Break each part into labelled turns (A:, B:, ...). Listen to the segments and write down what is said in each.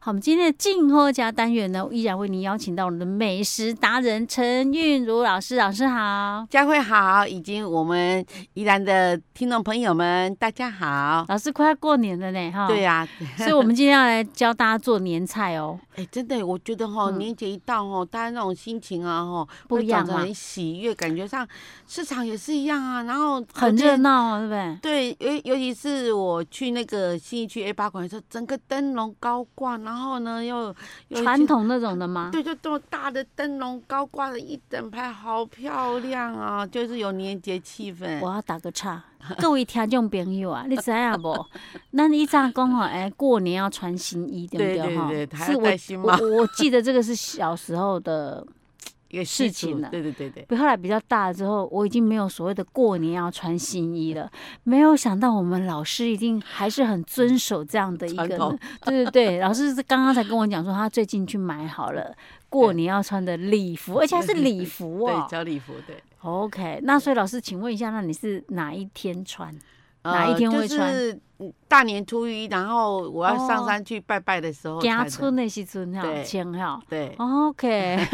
A: 好，我们今天的静候家单元呢，依然为您邀请到我们的美食达人陈韵如老师，老师好。
B: 佳慧好，以及我们宜兰的听众朋友们，大家好。
A: 老师快要过年了呢，哈。
B: 对、啊呀、
A: 所以我们今天要来教大家做年菜哦。
B: 哎、真的，我觉得哈、
A: 嗯
B: 年节一到哈，大家那种心情啊哈，
A: 不一样
B: 会长
A: 嘛
B: 得很喜悦，感觉上市场也是一样啊，然后
A: 很
B: 我觉得
A: 热。闹啊，对不对？
B: 对，尤尤其是我去那个新义区 A 八馆的时候，整个灯笼高挂，然后呢又又
A: 传。统那种的吗？
B: 对，就这么大的灯笼高挂了一整排，好漂亮啊！就是有年节气氛。
A: 我要打个岔，各位听众朋友啊，你知影 无？那你这样讲吼，哎，过年要穿新衣，对
B: 对
A: 不
B: 对
A: 哈？
B: 对，还
A: 是
B: 要
A: 我
B: 戴新帽
A: 我，我我记得这个是小时候的，
B: 一个
A: 事
B: 习
A: 情
B: 俗
A: 了
B: 对对对对，
A: 后来比较大了之后，我已经没有所谓的过年要穿新衣了。没有想到我们老师一定还是很遵守这样的一个
B: 嗯
A: 呢
B: 传统，
A: 对对对，老师是刚刚才跟我讲说，他最近去买好了过年要穿的礼服，而且还是礼服哦
B: 对。小礼服对。
A: OK，那所以老师，请问一下，那你是哪一天穿？哪一
B: 呃
A: 天会穿
B: 就是嗯大年初一，然后我要上
A: 哦
B: 山去拜拜的时候
A: 家
B: 哦穿的。
A: 村那时阵哈，
B: 对
A: 穿哈。
B: 对，
A: OK，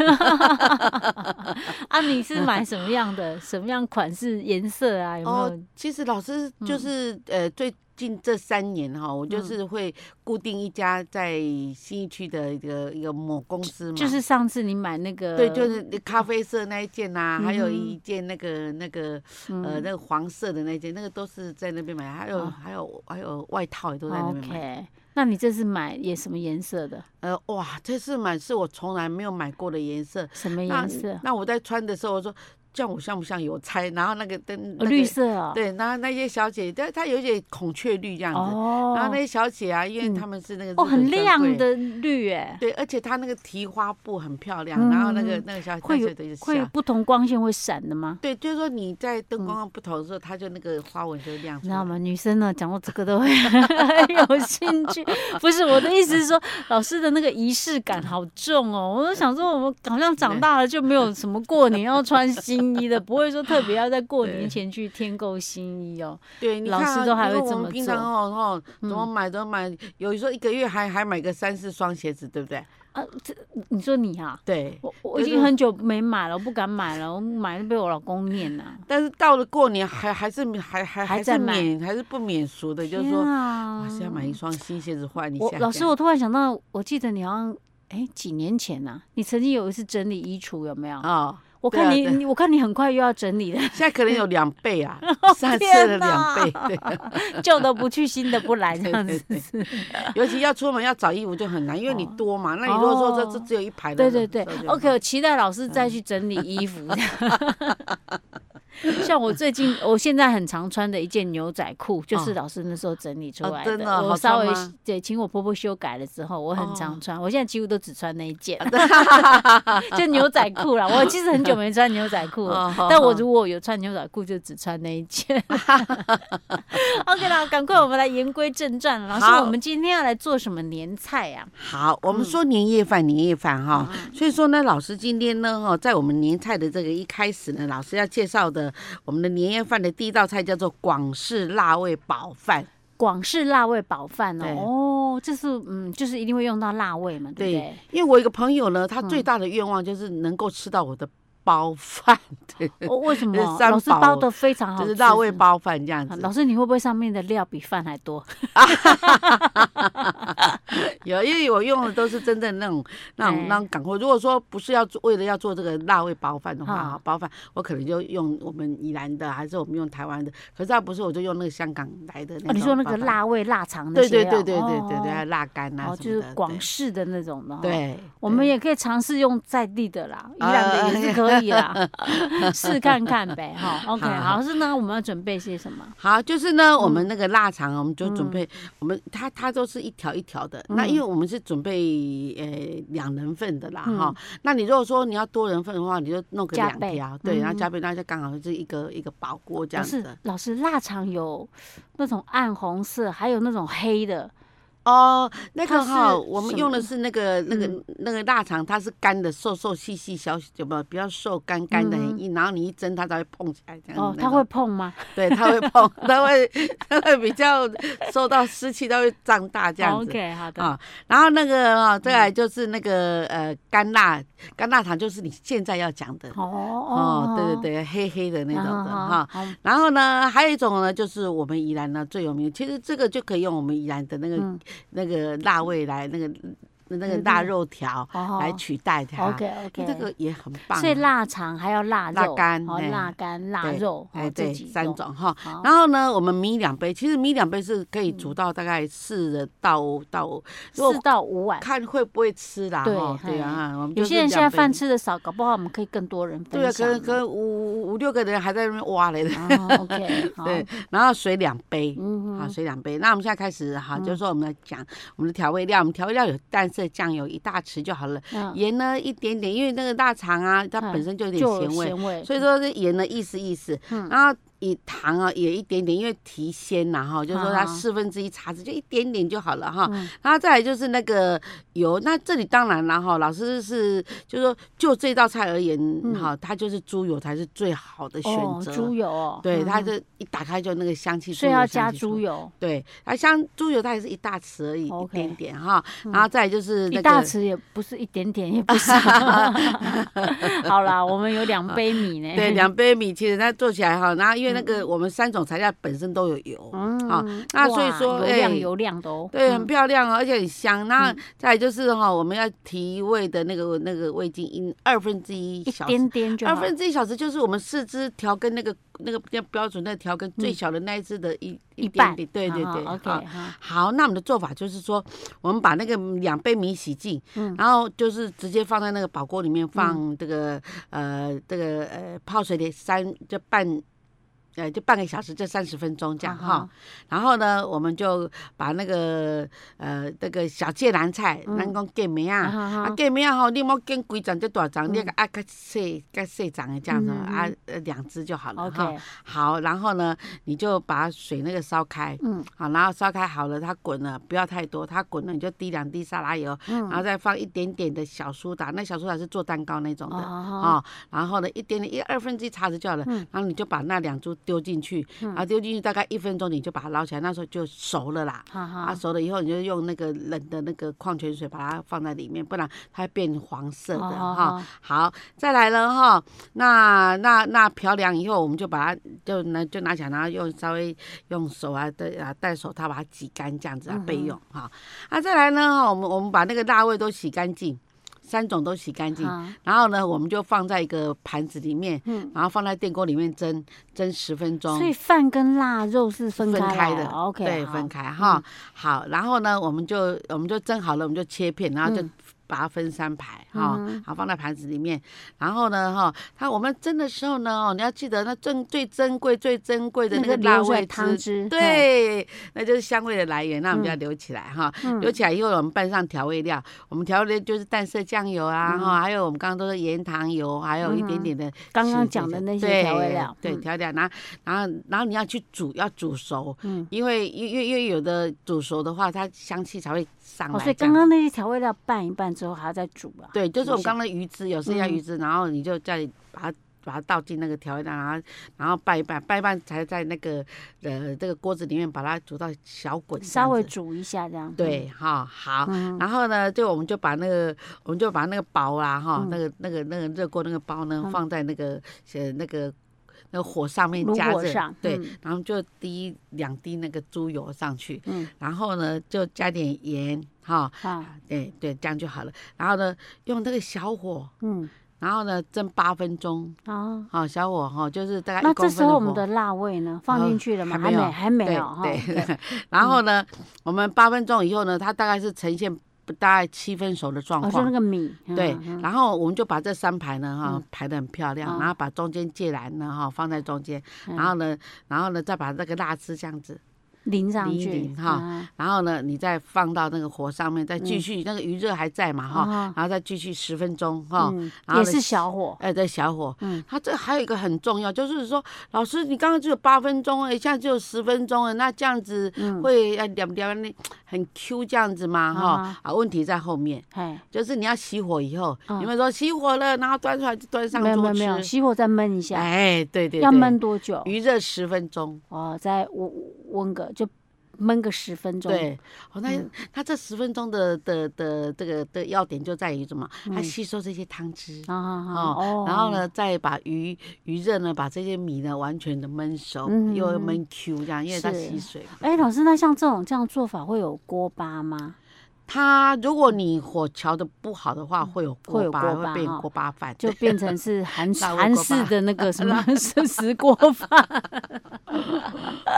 A: 啊，你是买什么样的？什么样款式、颜色啊？有没有？嗯
B: 哦其实老师就是呃，最近这三年哈，我就是会固定一家在新义区的一个一个某公司嘛，
A: 就是上次你买那个，
B: 对，就是咖啡色那一件呐，还有一
A: 嗯
B: 件那个那个呃
A: 嗯
B: 那个黄色的那件，那个都是在那边买，还有
A: 哦
B: 还有还有外套也都在那边买。
A: OK。那你这次买也什么颜色的？
B: 呃，哇，这次买是我从来没有买过的颜色，
A: 什么
B: 那
A: 颜色？哦
B: 那我在穿的时候，我说这样我像不像邮差？然后那个灯、
A: 哦
B: 那个
A: 绿色哦。
B: 对，然后那些小姐，但她有一点孔雀绿这样子。
A: 哦
B: 然后那些小姐啊，因为
A: 嗯
B: 她们是那个
A: 哦，
B: 日
A: 很
B: 本专柜
A: 亮。的绿哎，
B: 对，而且她那个提花布很漂亮，
A: 嗯
B: 然后那个
A: 嗯嗯
B: 那个小
A: 会有
B: 的
A: 会有
B: 下，
A: 不同光线会闪的吗？
B: 对，就是说你在灯光不同的时候，它就那个花纹就亮
A: 你
B: 出
A: 知
B: 来
A: 道。吗？女生呢，讲到这个都会 很有兴 趣。不是我的意思是说，老师的那个仪式感好重哦。我就想说，我们好像长大了就没有什么过年要穿新衣的，不会说特别要在过年前去添购新衣哦。
B: 对，你
A: 老
B: 看
A: 师
B: 啊
A: 都还
B: 因为
A: 会这
B: 我们
A: 么
B: 平常
A: 做嗯
B: 哦哦，怎么买都买，有时候一个月还还买个三四双鞋子，对不对？
A: 啊，这你说你啊，
B: 对。
A: 我我已
B: 对
A: 经
B: 对
A: 很久没买了，我不敢买了，我买了被我老公念呐、
B: 但是到了过年还还是还
A: 还
B: 还还
A: 在
B: 是
A: 卖
B: 免还是不免俗的，就是说
A: 天啊
B: 还是要买一双新鞋子换一
A: 我
B: 下。
A: 老师，我突然想到，我记得你好像哎几年前呐、你曾经有一次整理衣橱，有没有？
B: 啊，
A: 我
B: 对
A: 看
B: 啊
A: 你，
B: 对
A: 你我看你很快又要整理了，
B: 现在可能有两倍 啊，
A: 哦
B: 上次的两倍，对，
A: 旧的不去，新的不来，这样
B: 对
A: 子
B: 对
A: 是不是。
B: 尤其要出门要找衣服就很难，因为你
A: 哦
B: 多嘛。那你如果说
A: 哦
B: 这这只有一排的
A: 对对
B: 那种，
A: 对
B: 这就很嗯
A: ，OK，我期待老师再去整理衣服。 像我最近，我现在很常穿的一件牛仔裤，就是
B: 哦
A: 老师那时候整理出
B: 哦
A: 来
B: 真的哦
A: 我
B: 好
A: 稍
B: 穿
A: 微
B: 吗
A: 对，请我婆婆修改了之后，我很常
B: 哦啊
A: 穿。我现在几乎都只穿那一件，就牛仔裤啦。我其实很久没穿牛仔裤了，
B: 哦好
A: 但我
B: 好
A: 如果有穿牛仔裤，就只穿那一件。OK 啦，赶快我们来言归正传了。老师，
B: 好
A: 我们今天要来做什么年菜啊呀、
B: 好，我们
A: 嗯
B: 说年夜饭，年夜饭哈，所以说呢，老师今天呢，哈，在我们年菜的这个一开始呢，老师要介绍的我们的年夜饭的第一道菜叫做广式辣味煲饭。
A: 广式辣味煲饭
B: 对
A: 哦，哦，这是嗯，就是一定会用到辣味嘛，对不对？
B: 因为我有一个朋友呢，他
A: 嗯
B: 最大的愿望就是能够吃到我的煲饭，对，
A: 哦，为什么
B: 就是呃三
A: 老师
B: 宝
A: 包的非常好
B: 就
A: 吃？
B: 是辣味煲饭这样
A: 啊。
B: 子。
A: 老师，你会不会上面的料比饭还多？
B: 有，因为我用的都是真正那 种、那
A: 哎
B: 种、那种港货。如果说不是要做为了要做这个辣味煲饭的话，
A: 啊
B: 哈煲饭我可能就用我们宜兰的，还是我们用台湾的。可是它不是，我就用那个香港来的那种、
A: 哦，你说那个？辣味腊肠那
B: 对
A: 些
B: 对
A: 料？
B: 对对对对对，
A: 哦
B: 还有辣干啊
A: 哦，
B: 什
A: 就
B: 么
A: 是
B: 的。
A: 广式的那种的。哦
B: 对，。对，
A: 我们
B: 对
A: 也可以尝试用在地的啦，宜
B: 啊
A: 兰的也是可以 啦，试看看呗哈。OK，
B: 好
A: 好，老师，那我们要准备些什么？
B: 好，就是呢，我
A: 嗯
B: 们那个腊肠啊，我们就准备，我们它它都是一条一条
A: 嗯
B: 的。那因为我们是准备呃两人份的
A: 嗯
B: 啦哈。那你如果说你要多人份的话，你就弄个
A: 加
B: 两
A: 倍
B: 条，对，然后
A: 嗯
B: 加倍，那就刚好是一个一个煲锅这
A: 老
B: 样子
A: 师。，老师，腊肠有那种暗红色，还有那种黑的，
B: 哦，那个
A: 它是
B: 哈，我们
A: 什
B: 用的
A: 么嗯
B: 是那个那个、那个腊肠，它是干的，瘦瘦细细小，有没有比较瘦干干的
A: 嗯
B: 很硬，然后你一蒸它才会碰起来这样。
A: 哦，
B: 嗯那
A: 它
B: 种
A: 会碰吗？
B: 对，它 会碰，它会 它会比较受到湿气，它会胀大这样子。
A: 哦 OK，好的。
B: 啊、然后那个啊、
A: 嗯
B: 再来就是那个呃干辣干辣糖，就是你现在要讲的
A: 哦
B: 哦
A: 哦，
B: 对对对，黑黑的那种的哈、
A: 啊好
B: 然后呢，还有一种呢，就是我们宜兰呢最有名，其实这个就可以用我们宜兰的那个、
A: 嗯
B: 那个辣味来那个那
A: 那
B: 个
A: 个
B: 腊肉条
A: 哦
B: 来取代它。
A: OK
B: 因
A: OK，
B: 为这个也很棒啊。
A: 所以腊肠还有腊
B: 腊
A: 肉、
B: 肝
A: 哦
B: 哎
A: 腊肝、腊
B: 对
A: 肉，
B: 哎，
A: 哦，这
B: 对，
A: 几
B: 三。种哈。
A: 好，
B: 然后呢，我们米两杯，其实米两杯是可以煮到大
A: 嗯
B: 概四的到到，如果
A: 四到五碗。
B: 看会不会吃啦。
A: 对
B: 哈对啊，我们
A: 有
B: 就是
A: 些人现在
B: 两杯
A: 饭。吃的少，搞不好我们可以更多人分
B: 对啊，
A: 享
B: 跟
A: 呢。
B: 跟五五五六个人还在那边挖嘞，
A: 啊 OK，好，
B: 对，然后水两杯，
A: 嗯
B: 好，
A: 哼，
B: 水两杯。那我们现在开始哈，
A: 嗯
B: 就是说我们来讲我们的调味料，我们调味料有淡色酱油一大匙就好了，
A: 嗯
B: 盐呢一点点，因为那个腊肠啊，它
A: 嗯
B: 本身就有点
A: 就有
B: 咸味，
A: 咸味，
B: 所以说这盐呢意思意思，
A: 嗯
B: 然后以糖啊也一点点，因为提鲜呐哈，就是说它
A: 好好
B: 四分之一茶匙就一点点就好了哈。
A: 嗯
B: 然后再来就是那个油，那这里当然了哈，老师是就是说就这道菜而言哈，它就是猪油才是最好的选
A: 嗯哦，
B: 择。
A: 猪油哦，
B: 对，
A: 嗯
B: 它
A: 哼
B: 就一打开就那个香气，
A: 所以要加
B: 香气出
A: 猪油，
B: 对，它像猪油它也是一大匙而已，一
A: OK
B: 点点哈。
A: 嗯
B: 然后再来就是那
A: 一大
B: 个，
A: 匙也不是一点点，也不 少。 好啦，我们有两杯米呢。
B: 对，两杯米其实它做起来哈，然后因为那个我们三种材料本身都有油，
A: 嗯，
B: 啊那所以
A: 哇
B: 说
A: 油亮
B: 哎
A: 油亮的哦。
B: 对，
A: 嗯
B: 很漂亮哦，而且很香。那
A: 嗯
B: 再来就是哈，我们要提味的那个那个味精，一二分之一
A: 一
B: 小时。
A: 点点就
B: 二
A: 好。
B: 分之一小时就是我们四只调羹那个那个比较标准的调羹最
A: 嗯
B: 小的那一只的一
A: 一
B: 点
A: 半
B: 点，对对
A: 好
B: 对，
A: 好
B: 好
A: 啊 OK，好
B: 好，那我们的做法就是说，我们把那个两杯米洗净，
A: 嗯
B: 然后就是直接放在那个煲锅里面放这个、呃这个呃泡水的三就半。呃，就半个小时，就三十分钟这
A: 啊
B: 样哈。，然后呢，我们就把那个呃那个小芥蓝菜，
A: 嗯
B: 咱讲芥梅
A: 好
B: 啊，
A: 好好
B: 啊
A: 好
B: 芥梅啊吼，你莫拣几丛，就大丛，你
A: 嗯
B: 啊较细较细丛的这样子
A: 嗯嗯
B: 啊，呃两只就好了哈。
A: ，OK，
B: 好，然后呢，你就把水那个烧开，
A: 嗯
B: 好，然后烧开好了，它滚了，不要太多，它滚了你就滴两滴沙拉油，然后
A: 嗯，
B: 再放一点点的小苏打，那小苏打是做蛋糕那种的。啊、
A: 哦，
B: 然后呢，一点点一二分之一茶匙就好了，
A: 嗯
B: 然后你就把那两株丢进去，
A: 嗯
B: 然后丢进去大概一分钟，你就把它捞起来，那时候就熟了啦。
A: 好好
B: 啊，，熟了以后你就用那个冷的那个矿泉水把它放在里面，不然它会变黄色的
A: 好
B: 哈、
A: 好好
B: 好，再来了哈。那那那漂凉以后，我们就把它就拿就拿起来，然后用稍微用手啊对啊戴手套把它挤干，这样子
A: 嗯
B: 啊备用哈。啊，再来呢哈，我们我们把那个辣味都洗干净，三种都洗干净，
A: 好
B: 然后呢，我们就放在一个盘子里面，
A: 嗯
B: 然后放在电锅里面蒸蒸十分钟。
A: 所以饭跟腊肉是分
B: 分
A: 开
B: 开
A: 来
B: 的
A: ，OK，嗯
B: 对，分
A: 开，
B: 开哈。好，然后呢，我们就我们就蒸好了，我们就切片，然后就把它分三排哈
A: 嗯哼，
B: 好放在盘子里面。然后呢，哈，它我们蒸的时候呢，哦，你要记得那最最珍贵、最珍贵的
A: 那
B: 那
A: 个
B: 个辣
A: 留出来
B: 味
A: 汤
B: 汁。
A: 汁，嘿，
B: 对，那就是香味的来源，那我们就要留起来哈。
A: 嗯
B: 留起来以后，啊我们拌上调味料。我们调味料就是淡色酱油啊，
A: 嗯
B: 哈，还有我们刚刚都是盐、糖、油，还有一
A: 嗯
B: 点
A: 哼
B: 点的
A: 刚
B: 是
A: 刚
B: 对
A: 讲的那些
B: 对
A: 调味料，
B: 对
A: 嗯
B: 调料，然后然后然后你要去煮，要煮熟，
A: 嗯
B: 因为因因为因为有的煮熟的话，它香气才会上
A: 哦，
B: 来。
A: 所以
B: 这
A: 刚
B: 样
A: 刚那些调味料拌一拌之后还要再煮啊，
B: 对，就是我们
A: 煮一下
B: 刚刚的鱼汁有剩下
A: 嗯
B: 鱼汁，然后你就叫你把它。把它倒进那个调味料，然后然后拌一拌，拌一拌才在那个呃这个锅子里面把它煮到小滚这样子，
A: 稍微煮嗯一下这样，
B: 对哈好，
A: 嗯，嗯，
B: 然后呢，就我们就把那个，我们就把那个包啦，哈，
A: 嗯
B: 那个那个那个热锅那个包呢，
A: 嗯
B: 放在那个呃那个那个火上面
A: 炉
B: 加
A: 火
B: 热
A: 上，，
B: 对，
A: 嗯
B: 然后就滴两滴那个猪油上去，
A: 嗯，
B: 然后呢就加点盐，哈，
A: 好，
B: 对对，这样就好了。然后呢，用那个小火，
A: 嗯，
B: 然后呢蒸八分钟，
A: 好。
B: 哈，小火哈，就是大概
A: 那
B: 一公
A: 这
B: 分
A: 时
B: 的
A: 候
B: 火。
A: 我们的辣味呢，放进去了吗？
B: 还没有
A: 还没
B: 对
A: 有哈。
B: 对，然后呢，我们八分钟以后呢，它大概是呈现大概七分熟的状
A: 我说
B: 况。
A: 那个米，嗯
B: 对，
A: 嗯
B: 然后我们就把这三排呢哈、
A: 嗯
B: 排的很漂亮，
A: 嗯
B: 然后把中间芥蓝呢哈放在中间，
A: 嗯
B: 然后呢，然后呢再把那个辣汁这样子，
A: 淋上
B: 淋一
A: 去
B: 淋哈
A: 嗯
B: 然后呢你再放到那个火上面，再继续、那个余热还在嘛哈，
A: 啊
B: 然后再继续十分钟哈，
A: 嗯
B: 然后
A: 也
B: 呢
A: 是小火，
B: 哎再小火。
A: 嗯，
B: 它这还有一个很重要，就是说，老师，你刚刚只有八分钟哎，现在只有十分钟哎，那这样子
A: 嗯
B: 会呃凉凉那很 Q 这样子吗？哈
A: 啊
B: 啊，问题在后面，
A: 哎，
B: 就是你要熄火以后，
A: 嗯
B: 你们说熄火了，然后端出来就端上
A: 没有没
B: 桌
A: 有没有，
B: 吃。
A: 熄火再焖一下，
B: 哎，对对对，
A: 要焖哦多久？
B: 余热十分钟。
A: 哦，再温温个就焖个十分钟。，
B: 对，哦，那
A: 嗯
B: 它这十分钟的的的这个的要点就在于什么？它
A: 嗯
B: 吸收这些汤汁。
A: 啊啊啊
B: 哦，然后？呢，再把鱼鱼热呢，把这些米呢完全的焖熟，
A: 嗯
B: 又焖 Q 这样，因为它
A: 是
B: 吸水。
A: 哎，老师，那像这种这样做法会有锅巴吗？
B: 它如果你火调的不好的话，会有
A: 嗯会
B: 锅
A: 有
B: 巴，
A: 锅巴
B: 会变
A: 哈
B: 锅巴饭。
A: 就变成是韩
B: 辣味
A: 韩
B: 锅
A: 式
B: 巴
A: 的那个什么生食锅饭。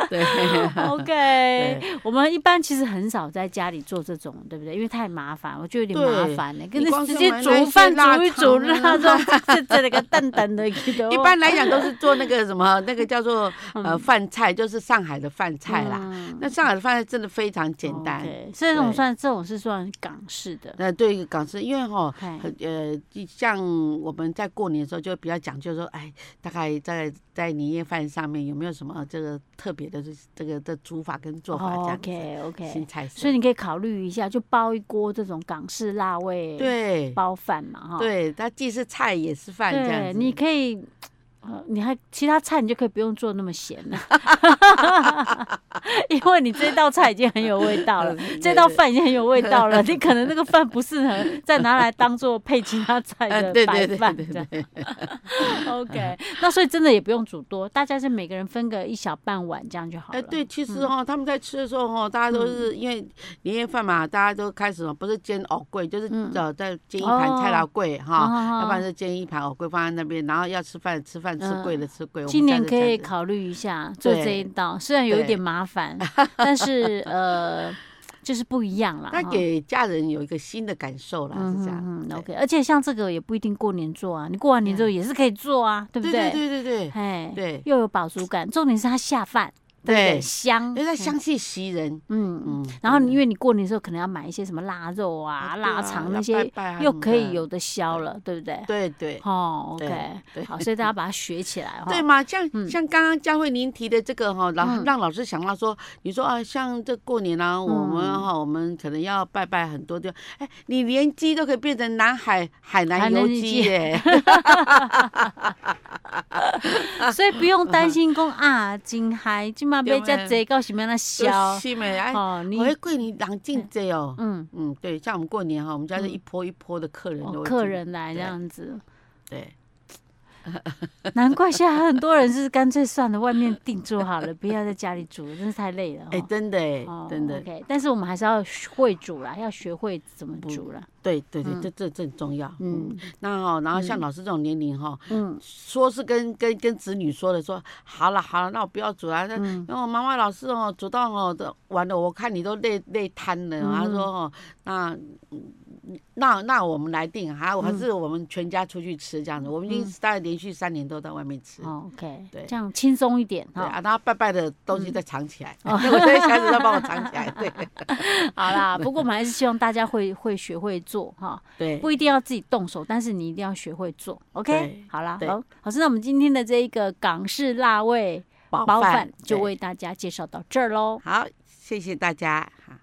B: 对
A: OK，我们一般其实很少在家里做这种，对不对？因为太麻烦，我觉得有点麻
B: 对
A: 烦呢、
B: 你
A: 跟
B: 光
A: 直
B: 是
A: 接
B: 买那
A: 煮
B: 些
A: 饭
B: 辣
A: 煮一煮，
B: 汤
A: 那
B: 啊
A: 种这这那个哦淡淡的，一
B: 一般来讲都是做那个 什么，那个叫做
A: 嗯
B: 呃饭菜，就是上海的饭菜啦。
A: 啦
B: 那上海的饭菜真的非常简单。
A: 嗯所以这种
B: 对
A: 算这种是算港式的。
B: 那对于港式，因为哈
A: 嗨，
B: 呃，像我们在过年的时候就比较讲究说，哎，大概在在年夜饭上面有没有什么这个特别的这这个的煮法跟做法这样子
A: OK
B: 新
A: OK，
B: 菜色
A: 哦所以你可以考虑一下，就包一锅这种港式辣味
B: 对
A: 包饭嘛，哈。
B: 对，它既是菜也是饭这样
A: 哦对，
B: 子。
A: 你可以，呃，你还其他菜你就可以不用做那么咸 了，因为你这道菜已经很有味道了，
B: 嗯
A: 这道。
B: 对对
A: 饭已经很有味道了，你可能那个饭不适合再拿来当做配其他菜
B: 呃，
A: 的
B: 对
A: 白
B: 对对
A: 饭
B: 对
A: 这样。
B: 对，
A: OK，那所以真的也不用煮多，大家是每个人分个一小半碗这样就好
B: 哎，
A: 了。嗯
B: 对，其实哦，他们在吃的时候哦，大家都是因为年夜饭嘛，大家都开始哦，不是煎藕桂，就是
A: 嗯
B: 呃，再煎一盘菜
A: 哦
B: 啦桂哈，
A: 啊
B: 要不然就煎一盘藕桂放在那边，然后要吃饭吃饭吃贵的吃贵。我们
A: 今
B: 家
A: 嗯年
B: 是
A: 可
B: 这
A: 以
B: 样子
A: 考虑一下做这一道，虽然有一
B: 对
A: 点麻 烦，但是呃，就是不一样啦。
B: 那
A: 哈
B: 给家人有一个新的感受啦，是这样。
A: 嗯
B: 对
A: OK，而且像这个也不一定过年做啊，你过完年之后也是可以做啊，对不
B: 对对对对对
A: 哎，
B: 对，
A: 又有饱足感，重点是它下饭，对不对？
B: 对
A: 香，
B: 因为它
A: 哎，
B: 香气袭人。
A: 嗯嗯。
B: 嗯，
A: 然后你因为你过年的时候可能要买一些什么腊肉啊、
B: 啊对
A: 腊
B: 啊
A: 肠
B: 要
A: 那些
B: 拜拜啊，
A: 又
B: 什么
A: 可以
B: 的
A: 有的消了，对不对？
B: 对对
A: 哦
B: 对
A: ，OK，
B: 对
A: 好，所以大家把它学起来哈。
B: 对嘛，像
A: 嗯
B: 像刚刚佳慧您提的这个哈，
A: 嗯
B: 让让老师想到说，你说啊，像这过年啊，我
A: 嗯
B: 们哈，我们可能要拜拜很多地方，哎，你连鸡都可以变成南海海
A: 海
B: 南
A: 南
B: 油
A: 鸡
B: 鸡 耶，
A: 所以不用担心讲啊，真嗨，今晚被
B: 对
A: 家
B: 嘛
A: 贼搞什么样的消
B: 是没哎，
A: 哦，你
B: 我会过年人进济哦。
A: 嗯，
B: 嗯，对，像我们过年哈，我们家是一波一波的客人
A: 哦
B: 都会
A: 客
B: 进，
A: 人来这
B: 对
A: 样子，
B: 对，
A: 难怪现在很多人是干脆算了，外面订做好了，不要在家里煮了，真是太累了。
B: 哎，
A: 哦
B: 真的哎
A: 哦，
B: 真的，
A: OK，但是我们还是要学会煮啦，要学会怎么煮啦。
B: 对对对
A: 嗯，
B: 这这这很重要。嗯
A: 嗯，
B: 那哈，然后像老师这种年龄哈，
A: 嗯，
B: 说是跟跟跟子女说的，说好了好了，那我不要煮啊。那
A: 嗯
B: 因为我妈妈老是哦煮到哦都完了，我看你都累累瘫了。她说哦，那嗯那那我们来定，还还
A: 嗯
B: 是我们全家出去吃这样子。我们已经大概连续三年都在外面吃。
A: 哦 OK，
B: 对
A: 这样轻松一点哦
B: 对
A: 哈。
B: 啊，然后拜拜的东
A: 嗯
B: 西再藏起来，
A: 哦
B: 我在小子都帮我藏起来。对
A: 好啦，不过我们还是希望大家会会学会做哈，
B: 对，
A: 不一定要自己动手，但是你一定要学会做。OK，
B: 对
A: 好啦，
B: 对
A: 好，老师，那我们今天的这一个港式辣味
B: 包
A: 包饭就
B: 对
A: 为大家介绍到这儿喽。
B: 好，谢谢大家哈。